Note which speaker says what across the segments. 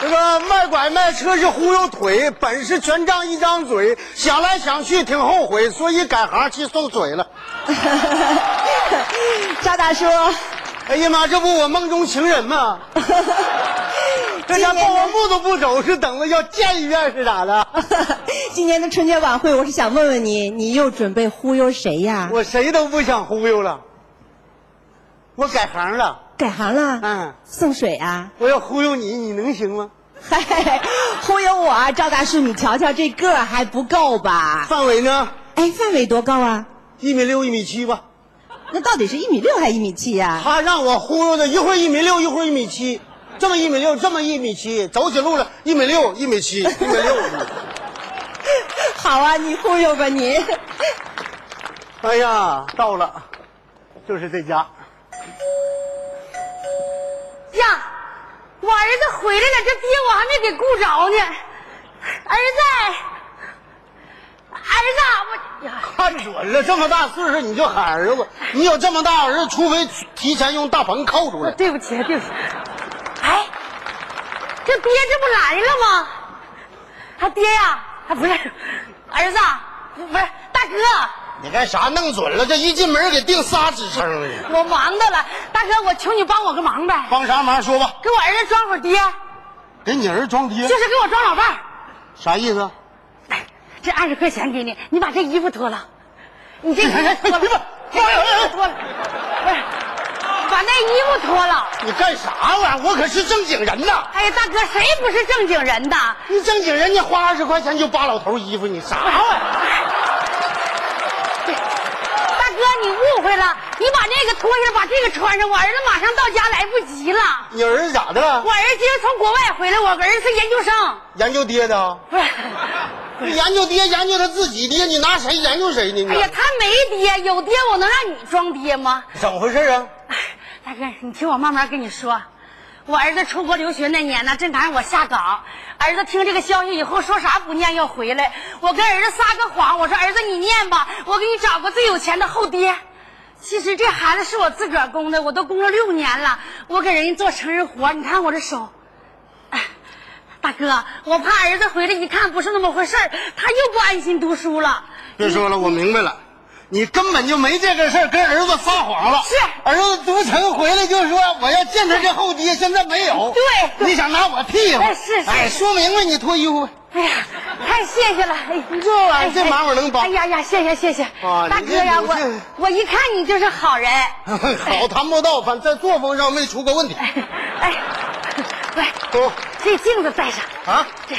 Speaker 1: 那个卖拐卖车是忽悠腿，本事全仗一张嘴，想来想去挺后悔，所以改行去送嘴了。
Speaker 2: 赵大叔，
Speaker 1: 哎呀妈，这不我梦中情人 吗？这家
Speaker 2: 今年
Speaker 1: 抱
Speaker 2: 的
Speaker 1: 完步都不走，是等着要见一面是咋 的？
Speaker 2: 今年的春节晚会，我是想问问你，你又准备忽悠谁呀？
Speaker 1: 我谁都不想忽悠了，我改行了，
Speaker 2: 改行了，
Speaker 1: 嗯，
Speaker 2: 送水啊？
Speaker 1: 我要忽悠你，你能行吗？
Speaker 2: 嗨，忽悠我啊，赵大叔，你瞧瞧这个儿还不够吧？
Speaker 1: 范围呢？
Speaker 2: 哎，范围多高啊？
Speaker 1: 一米六，一米七吧。
Speaker 2: 那到底是一米六还一米七呀、
Speaker 1: 他让我忽悠的，一会儿一米六，一会儿一米七，这么一米六，这么一米七，走起路来一米六，一米七，一米六。
Speaker 2: 好啊，你忽悠吧你。
Speaker 1: 哎呀，到了，就是这家。
Speaker 3: 呀，我儿子回来了，这爹我还没给顾着呢。儿子，儿子，我呀，
Speaker 1: 看准了，这么大岁数你就喊儿子，你有这么大儿子，除非提前用大棚扣住
Speaker 3: 我
Speaker 1: 了。
Speaker 3: 对不起，对不起。哎，这爹这不来了吗？他爹呀，啊不是，儿子，啊不是大哥，
Speaker 1: 你干啥？弄准了，这一进门给定仨支撑了。
Speaker 3: 我忙的了，大哥，我求你帮我个忙呗，
Speaker 1: 帮啥忙？说吧，
Speaker 3: 给我儿子装会儿爹，
Speaker 1: 给你儿子装爹
Speaker 3: 就是给我装老伴儿。哎
Speaker 1: 啥意思？
Speaker 3: 这二十块钱给你，你把这衣服脱了，你这衣服脱了，
Speaker 1: 哎哎哎哎
Speaker 3: 脱了，不是，把那衣服脱了。
Speaker 1: 哎你干啥玩意儿？我可是正经人呐！
Speaker 3: 哎呀，大哥，谁不是正经人的？
Speaker 1: 你正经人，你花二十块钱就扒老头衣服，你啥玩意儿？
Speaker 3: 大哥，你误会了，你把那个脱下来，把这个穿上，我儿子马上到家来不及了。
Speaker 1: 你儿子咋的了
Speaker 3: 我？儿子今儿从国外回来，我儿子是研究生，
Speaker 1: 研究爹的啊？
Speaker 3: 不是。
Speaker 1: 你研究爹，研究他自己爹，你拿谁研究谁呢？
Speaker 3: 哎呀，
Speaker 1: 你
Speaker 3: 他没爹，有爹我能让你装爹吗？
Speaker 1: 怎么回事啊？
Speaker 3: 哎大哥，你听我慢慢跟你说。我儿子出国留学那年呢，正赶上我下岗。儿子听这个消息以后，说啥不念要回来。我跟儿子撒个谎，我说儿子你念吧，我给你找个最有钱的后爹。其实这孩子是我自个儿供的，我都供了六年了。我给人家做成人活，你看我这手。哎大哥，我怕儿子回来一看不是那么回事儿，他又不安心读书了。
Speaker 1: 别说了，我明白了，你根本就没这个事儿，跟儿子撒谎了。
Speaker 3: 是
Speaker 1: 儿子读成回来就说我要见他这后爹，现在没有。
Speaker 3: 对
Speaker 1: 你想拿我屁股？
Speaker 3: 哎是是
Speaker 1: 哎，说明白你脱衣服呗。
Speaker 3: 哎呀，太谢谢了！哎，你
Speaker 1: 这玩意儿啊这忙我能帮
Speaker 3: 哎呀呀，谢谢谢谢，
Speaker 1: 哇
Speaker 3: 大
Speaker 1: 你
Speaker 3: 哥
Speaker 1: 这
Speaker 3: 呀，
Speaker 1: 有啊
Speaker 3: 我
Speaker 1: 劲
Speaker 3: 我一看你就是好人。
Speaker 1: 好，谈不到，反正在作风上没出过问题。
Speaker 3: 哎，喂，
Speaker 1: 走
Speaker 3: 这镜子戴上。
Speaker 1: 啊！
Speaker 3: 这，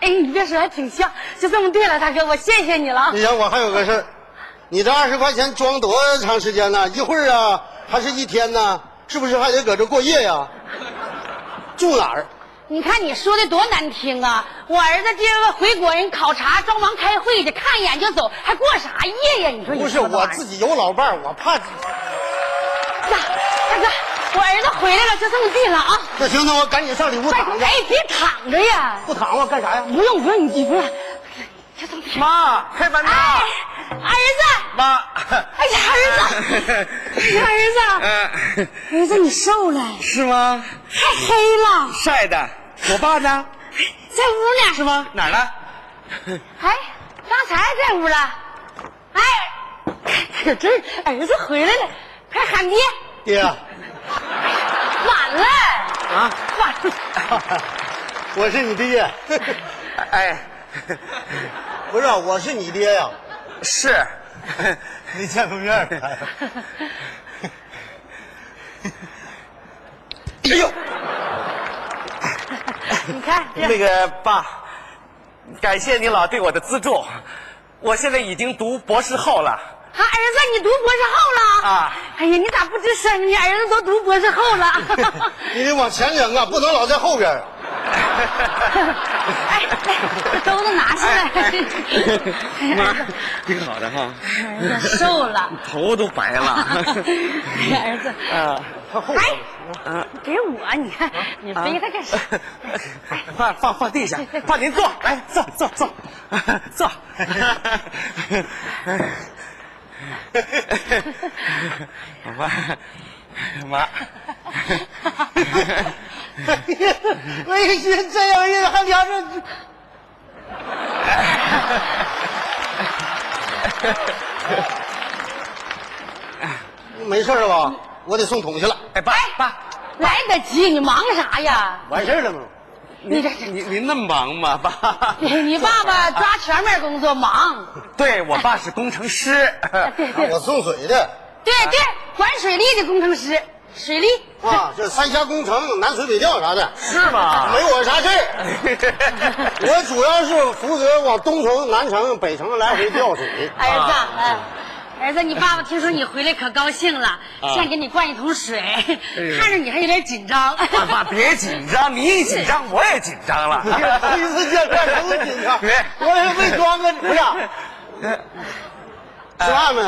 Speaker 3: 哎，你别说，还挺像。就这么对了，大哥，我谢谢你了啊
Speaker 1: 你。想我还有个事儿，你这二十块钱装多长时间呢？一会儿啊，还是一天呢？是不是还得搁这过夜呀、住哪儿？
Speaker 3: 你看你说的多难听啊！我儿子今儿回国人考察，装忙开会去，看一眼就走，还过啥夜呀？你说你
Speaker 1: 不是
Speaker 3: 说这
Speaker 1: 我
Speaker 3: 玩意儿
Speaker 1: 自己有老伴儿，我 怕。
Speaker 3: 呀大哥，我儿子回来了，就这么地了啊！
Speaker 1: 那行，那我赶紧上里屋
Speaker 3: 快
Speaker 1: 躺
Speaker 3: 点，
Speaker 1: 着
Speaker 3: 哎。，别躺着呀！
Speaker 1: 不躺我干啥呀？
Speaker 3: 不用不用，你不用，这都是
Speaker 1: 妈，开饭
Speaker 3: 哎，儿子，
Speaker 1: 妈，
Speaker 3: 哎呀，儿子， 哎呀，儿
Speaker 4: 呃，
Speaker 3: 子，儿子，你瘦了，
Speaker 4: 是吗？
Speaker 3: 太黑了，
Speaker 4: 晒的。我爸呢？
Speaker 3: 在屋呢是吗？
Speaker 4: 哪儿了？
Speaker 3: 哎，刚才在屋了，哎，可这儿子回来了，快喊爹，
Speaker 1: 爹啊，
Speaker 3: 晚了，
Speaker 1: 啊
Speaker 3: 晚了，
Speaker 1: 我是你爹，
Speaker 4: 哎，
Speaker 1: 不是，啊我是你爹呀、
Speaker 4: 是。
Speaker 1: 没见过面儿。
Speaker 4: 哎呦，
Speaker 3: 你看这
Speaker 4: 那个爸，感谢您老对我的资助，我现在已经读博士后了。
Speaker 3: 啊，儿子，你读博士后了
Speaker 4: 啊？
Speaker 3: 哎呀，你咋不吱声呢？儿子都读博士后了。
Speaker 1: 你得往前整啊，不能老在后边 儿。
Speaker 3: 哎，兜子拿下来。
Speaker 4: 哎妈，挺好的哈，
Speaker 3: 儿子瘦了。
Speaker 4: 头都白 了。
Speaker 3: 哎呀，儿子，
Speaker 4: 啊，
Speaker 1: 他后边儿
Speaker 3: 哎，给我，你看，你背他干啥？
Speaker 4: 啊放放放地下，爸您坐，来坐坐坐坐。妈妈，
Speaker 1: 哎呀，我也是这样人还聊 着。没事儿了吧？我得送桶去了。
Speaker 4: 哎，爸爸，
Speaker 3: 来得及，你忙啥呀？
Speaker 1: 完事儿了吗？
Speaker 4: 您您您那么忙吗，爸？
Speaker 3: 你你爸
Speaker 4: 啊
Speaker 3: 爸抓全面工作忙，
Speaker 4: 对我爸是工程师，
Speaker 3: 对对
Speaker 1: 我送水的
Speaker 3: 对对，管水利的工程师，水利。
Speaker 1: 啊，这三峡工程南水北调啥的，
Speaker 4: 是
Speaker 3: 啊
Speaker 4: 吗？
Speaker 1: 没我啥事 儿。我主要是负责往东城、南城、北城来回调水。
Speaker 4: 啊
Speaker 3: 儿子，嗯，儿子，你爸爸听说你回来可高兴了，
Speaker 4: 啊
Speaker 3: 现在给你灌一桶水，看着你还有点紧张。
Speaker 4: 爸哎爸别紧张，你一紧张我也紧张了。
Speaker 1: 意思见干什么紧张？
Speaker 4: 别
Speaker 1: 我也哎没哎装啊，不是。吃饭没？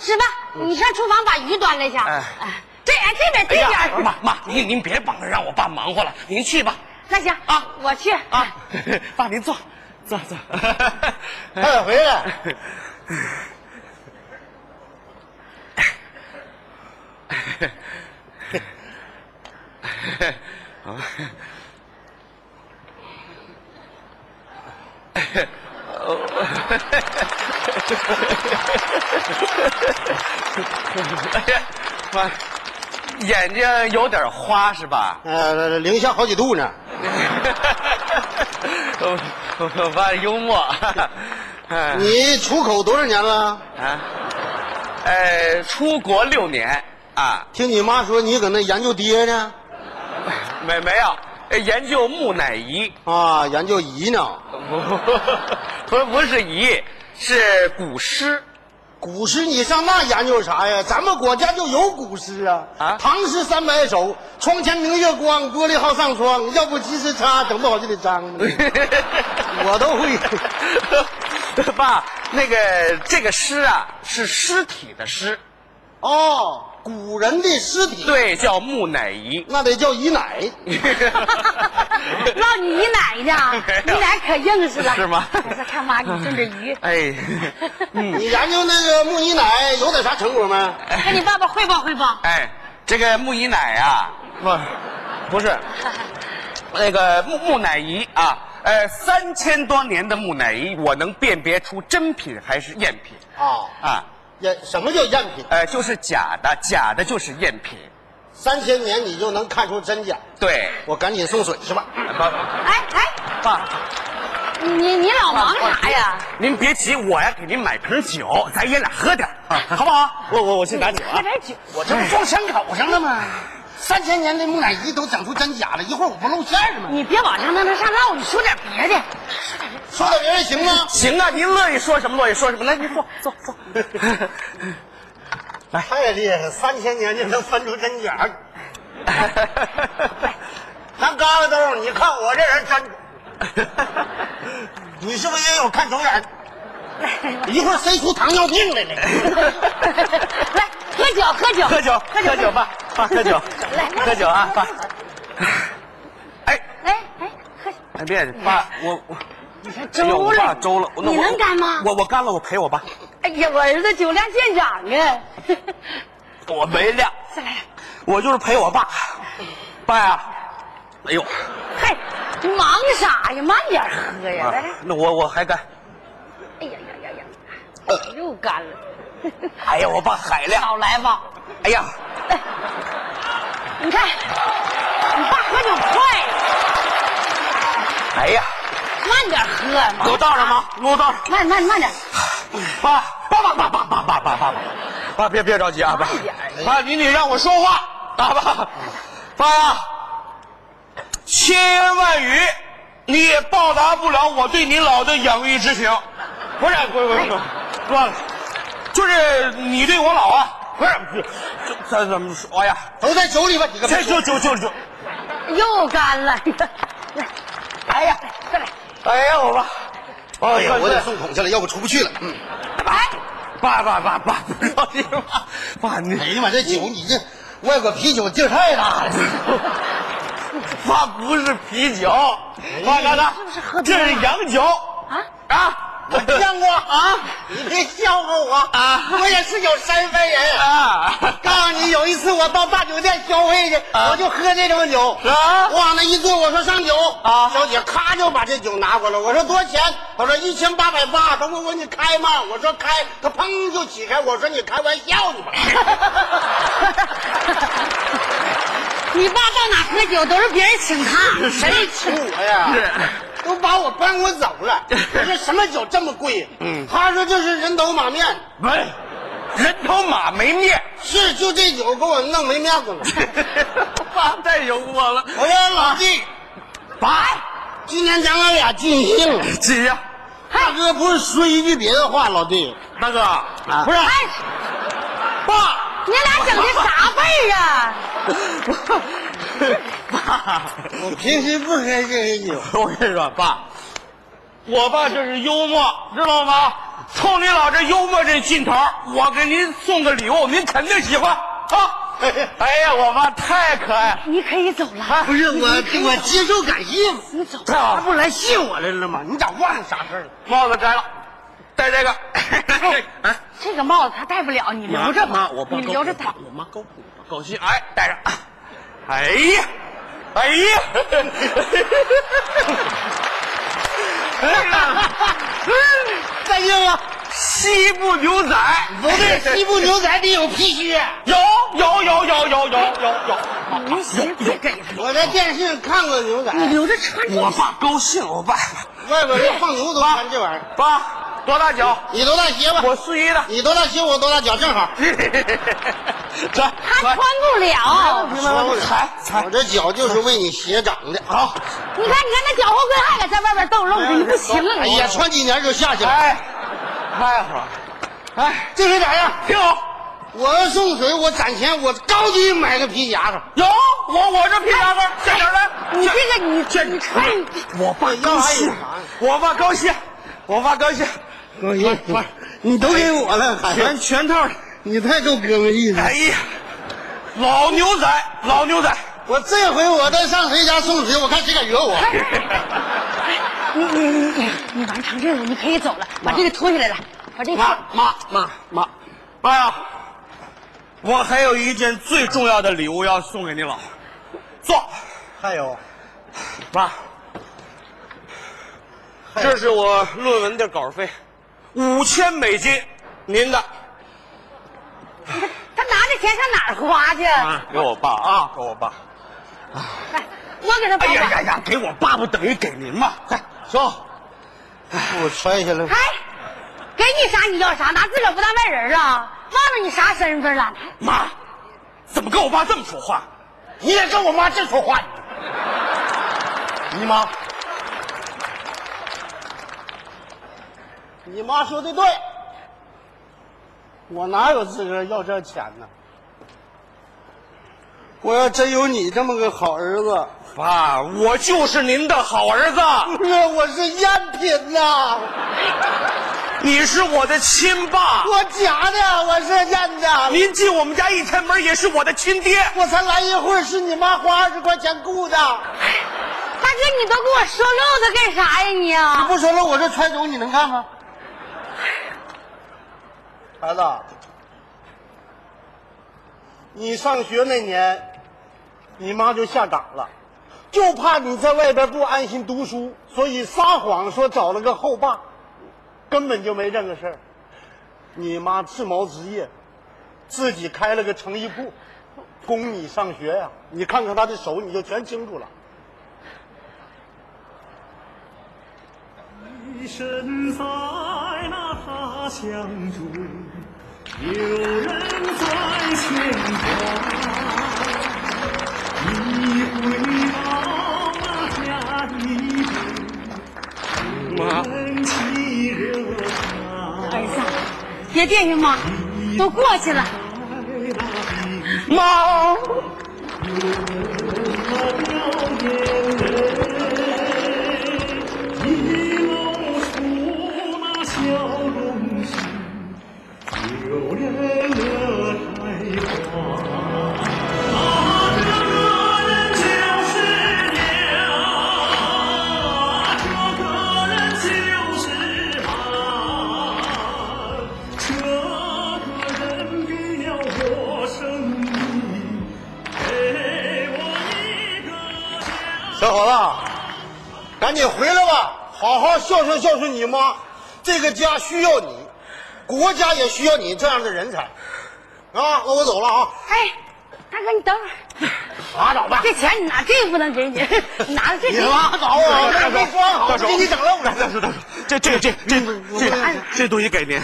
Speaker 3: 是吧？你上厨房把鱼端来一下。
Speaker 4: 嗯哎
Speaker 3: 哎对，哎，这边
Speaker 4: 哎
Speaker 3: 对
Speaker 4: 呀，
Speaker 3: 边。
Speaker 4: 妈妈，您您别帮着让我爸忙活了，您去吧。
Speaker 3: 那行
Speaker 4: 啊
Speaker 3: 我去。
Speaker 4: 啊， 爸您坐，坐 坐。
Speaker 1: 快点回来。
Speaker 4: 妈，哎眼睛有点花是吧？
Speaker 1: 呃，零下好几度呢。
Speaker 4: 我我爸幽默。 哎
Speaker 1: 你出口多少年了？
Speaker 4: 啊，呃，出国六年啊，
Speaker 1: 听你妈说你搁那研究爹呢？
Speaker 4: 没没有呃研究木乃伊，
Speaker 1: 啊，研究姨呢？
Speaker 4: 不是不是仪，是古诗。
Speaker 1: 古诗你上那研究啥呀？咱们国家就有古诗啊！
Speaker 4: 啊
Speaker 1: 唐诗三百首，窗前明月光，玻璃好上霜。要不及时擦，整不好就得脏。我都会。
Speaker 4: 爸，那个这个诗啊是尸体的尸，
Speaker 1: 哦，古人的尸体，
Speaker 4: 对，叫木乃伊。
Speaker 1: 那得叫姨奶。
Speaker 3: 唠你姨奶呢
Speaker 4: 没，
Speaker 3: 你
Speaker 4: 有
Speaker 3: 奶可硬实了，
Speaker 4: 是吗
Speaker 3: 儿子，看妈给你炖着鱼，
Speaker 4: 哎，嗯，
Speaker 1: 你研究那个木姨奶有点啥成果没？
Speaker 3: 跟你爸爸汇报汇报。
Speaker 4: 哎，这个木姨奶啊，不，不是，那个木木乃伊啊，呃，三千多年的木乃伊，我能辨别出真品还是赝品
Speaker 1: 啊，
Speaker 4: 啊，
Speaker 1: 赝什么叫赝品？
Speaker 4: 呃，就是假的，假的就是赝品。
Speaker 1: 三千年你就能看出真假。
Speaker 4: 对，
Speaker 1: 我赶紧送水去吧。
Speaker 4: 爸
Speaker 3: 哎哎，
Speaker 4: 爸，
Speaker 3: 你你老忙啥呀？
Speaker 4: 您别急，我呀给您买瓶酒，咱爷俩喝点儿，啊好不好？我我我去拿酒
Speaker 3: 喝
Speaker 4: 啊。
Speaker 3: 点酒。
Speaker 1: 我这不撞枪口上了吗？三千年的木乃伊都整出真假了，一会儿我不露馅了吗？
Speaker 3: 你别往上那那上唠，你说点别 的。
Speaker 1: 说点别人行吗？
Speaker 4: 行啊，您乐意说什么乐意说什么，来，您坐坐 坐。
Speaker 1: 太厉害了，三千年就能分出真假。咱嘎巴豆，你看我这人 真，你是不是也有看走眼？一会儿谁出糖尿病来了？
Speaker 3: 来，喝酒喝酒
Speaker 4: 喝酒，喝酒吧，爸，喝酒，
Speaker 3: 来
Speaker 4: 喝酒啊，爸。哎，
Speaker 3: 哎哎，喝酒。
Speaker 4: 哎，别，爸，我我，哎
Speaker 3: 粥
Speaker 4: 呦我
Speaker 3: 了
Speaker 4: 爸粥了，我那
Speaker 3: 你
Speaker 4: 我
Speaker 3: 能干吗
Speaker 4: 我我干了，我陪我爸，
Speaker 3: 哎呀，我儿子酒量见长啊。
Speaker 4: 我没量，
Speaker 3: 再来，
Speaker 4: 我就是陪我爸。爸呀，哎呦，
Speaker 3: 嗨，你忙啥呀？慢点喝哎呀。
Speaker 4: 啊
Speaker 3: 来来，
Speaker 4: 那我我还干，
Speaker 3: 哎呀呀呀呀，哎又干了。
Speaker 4: 哎呀，我爸海量，
Speaker 3: 老来往，
Speaker 4: 哎呀，
Speaker 3: 你看，你爸喝酒快，
Speaker 4: 哎呀，
Speaker 3: 慢点喝，
Speaker 4: 给我倒上吗？给我倒上。
Speaker 3: 慢慢慢点。
Speaker 4: 爸，爸爸爸爸爸爸爸爸爸，爸别别着急啊，爸，爸你得让我说话啊，爸，爸呀，千言万语你也报答不了我对你老的养育之情，不是，不是不是，不是忘了，就是你对我老啊，不是，不是这这怎么说哎呀？
Speaker 1: 都在酒里吧，你个
Speaker 4: 这就就就就，
Speaker 3: 又干了，
Speaker 4: 哎呀，
Speaker 3: 再来。
Speaker 4: 哎呀，我爸，
Speaker 1: 哎呀，我得送桶去了，要不出不去了。嗯
Speaker 3: 哎，
Speaker 4: 爸爸爸爸，不着急，爸，爸你
Speaker 1: 哎呀妈，这酒你这外国啤酒劲儿太大了。
Speaker 4: 它不是啤酒，爸，大大
Speaker 3: 哎是不是喝，多
Speaker 4: 这
Speaker 3: 了
Speaker 4: 是洋酒
Speaker 3: 啊
Speaker 4: 啊！
Speaker 1: 我见过啊！你别笑话我
Speaker 4: 啊
Speaker 1: 我也是有身份人。
Speaker 4: 啊，
Speaker 1: 告诉你，有一次我到大酒店消费去，
Speaker 4: 啊
Speaker 1: 我就喝这种酒，
Speaker 4: 是啊
Speaker 1: 往那一坐，我说上酒
Speaker 4: 啊
Speaker 1: 小姐咔就把这酒拿过来，我说多少钱？她说一千八百八。她问我你开吗？我说开，她砰就起开，我说你开玩笑
Speaker 4: 哎
Speaker 1: 呢吧？
Speaker 3: 你爸到哪喝酒都是别人 请他，
Speaker 1: 谁请我呀？都把我搬我走 了。我说什么酒这么贵？嗯，他说就是人头马面，
Speaker 4: 不是，人头马没面，
Speaker 1: 是就这酒给我弄没面子了。
Speaker 4: 爸太有我了。
Speaker 1: 我说老弟，
Speaker 4: 爸，
Speaker 1: 今天咱们俩尽兴了。
Speaker 4: 姐呀，
Speaker 1: 大哥不是说一句别的话，老弟
Speaker 4: 大哥，
Speaker 1: 啊，不是
Speaker 3: 哎，
Speaker 4: 爸，
Speaker 3: 你俩整的啥味儿啊？
Speaker 4: 爸，
Speaker 1: 我平时不喝这些酒，
Speaker 4: 我跟你说，爸，我爸这是幽默，知道吗？冲你老这幽默这劲头，我给您送个礼物，您肯定喜欢啊！哎呀，我爸太可爱了，
Speaker 3: 你可以走了，
Speaker 1: 啊不是我我接受感谢嘛，
Speaker 3: 你走。
Speaker 4: 太好
Speaker 1: 他
Speaker 4: 了。
Speaker 1: 不来信我来了吗？你咋忘了啥事儿了？
Speaker 4: 帽子摘了，戴这个。哎，
Speaker 3: 这个帽子他戴不了，你留着吧。你留着戴。
Speaker 1: 我妈高普，
Speaker 4: 狗心，哎，戴上。哎呀，哎呀，哎呀，
Speaker 1: 再硬了，
Speaker 4: 西部牛仔
Speaker 1: 不对，西部牛仔得有皮靴。
Speaker 4: 有有有有有有有有。
Speaker 3: 你媳妇
Speaker 1: 我在电视上看过牛仔，
Speaker 3: 留着穿着。
Speaker 4: 我爸高兴，我爸
Speaker 1: 外边人放牛都穿这玩意儿。
Speaker 4: 爸多大脚？
Speaker 1: 你多大鞋吧？
Speaker 4: 我四一 的。
Speaker 1: 你多大鞋，我多大脚，正好。
Speaker 4: 来，
Speaker 3: 他穿不了。
Speaker 1: 我
Speaker 4: 踩
Speaker 1: 我
Speaker 4: 踩。
Speaker 1: 这脚就是为你鞋长的。
Speaker 4: 好，
Speaker 3: 你看，你看那脚后跟还搁在外边逗弄着，你不行了
Speaker 1: 哎
Speaker 3: 你。
Speaker 1: 呀，穿几年就下去了。
Speaker 4: 哎，太好了，哎，
Speaker 1: 这是咋样？
Speaker 4: 挺好。
Speaker 1: 我要送水，我攒钱，我高低买个皮夹克。
Speaker 4: 有我我这皮夹克
Speaker 1: 哎
Speaker 4: 在哪儿来？哎
Speaker 3: 你这个你
Speaker 4: 这
Speaker 3: 你穿，
Speaker 4: 我爸
Speaker 1: 高兴
Speaker 4: 我爸高兴，我爸高兴，哎
Speaker 1: 高兴，你都给我了，海
Speaker 4: 全
Speaker 1: 涵，
Speaker 4: 全套的。
Speaker 1: 你太够哥们意思了
Speaker 4: 哎。呀，老牛仔，老牛仔，
Speaker 1: 我这回我再上谁家送水，我看谁敢惹我。
Speaker 3: 你你你你完成任务，你可以走了，把这个脱下来了，把这
Speaker 4: 妈
Speaker 3: 个。
Speaker 4: 妈妈妈，妈呀！我还有一件最重要的礼物要送给你老，坐，
Speaker 1: 还有，
Speaker 4: 妈，这是我论文的稿费，五千美金，您的。
Speaker 3: 他拿着钱上哪儿花去？
Speaker 4: 啊，给我爸啊，给我爸。
Speaker 3: 我给他保
Speaker 4: 哎呀
Speaker 3: 管。
Speaker 4: 呀呀，给我爸不等于给您吗？快走，
Speaker 1: 我揣下来吧。
Speaker 3: 哎，给你啥你要啥，拿自个儿不当外人啊？忘了你啥身份了？
Speaker 4: 妈，怎么跟我爸这么说话？
Speaker 1: 你也跟我妈这说话，
Speaker 4: 你妈，
Speaker 1: 你妈说的对，我哪有资格要这钱呢？我要真有你这么个好儿子，
Speaker 4: 爸，我就是您的好儿子，
Speaker 1: 不是我是赝品呐、
Speaker 4: 你是我的亲爸，
Speaker 1: 我假的，我是赝的。
Speaker 4: 您进我们家一开门也是我的亲爹。
Speaker 1: 我才来一会儿，是你妈花二十块钱雇的。
Speaker 3: 大哥，你都给我说漏他干啥呀你啊？
Speaker 1: 不说了，我这揣走你能看吗？孩子，你上学那年，你妈就下岗了，就怕你在外边不安心读书，所以撒谎说找了个后爸，根本就没这个事儿。你妈自谋职业，自己开了个成衣铺，供你上学呀、你看看她的手，你就全清楚了。
Speaker 5: 一身在那他乡中，有人在牵挂。你回到那家里，
Speaker 4: 妈，
Speaker 5: 人气热闹。
Speaker 3: 儿子，哎别惦记妈，都过去了。
Speaker 4: 妈，
Speaker 5: 一露出那笑容时，有人乐开花。啊，这个人就是娘，这个人就是妈。
Speaker 1: 小伙子，赶紧回来吧，好好孝顺孝顺你妈，这个家需要你，国家也需要你这样的人才。啊，那我走了啊，
Speaker 3: 哎，大哥，你等会儿，
Speaker 1: 拉倒吧。
Speaker 3: 这钱你拿这不能给你， 你拿着这
Speaker 1: 你
Speaker 3: 给你。
Speaker 1: 拉倒啊！我这没装好，给你整漏了。
Speaker 4: 大叔，大叔，这这这这这这东西给您，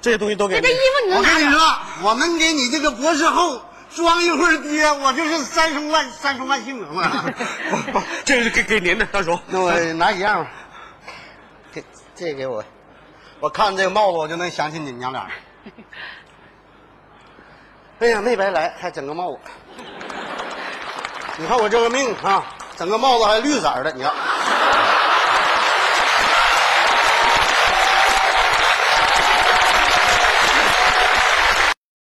Speaker 4: 这些东西都给
Speaker 3: 这这衣服你
Speaker 4: 您。
Speaker 1: 我
Speaker 3: 能拿
Speaker 1: 跟你
Speaker 3: 着？
Speaker 1: 说，我们给你这个博士后装一会儿爹，我就是三生万三生万幸啊了嘛。
Speaker 4: 不不这是给给您的，大叔。
Speaker 1: 那我拿一样吧，这这给我，我看这个帽子我就能想起你娘俩。哎呀，没白来，还整个帽子。你看我这个命啊，整个帽子还绿色儿的，你看。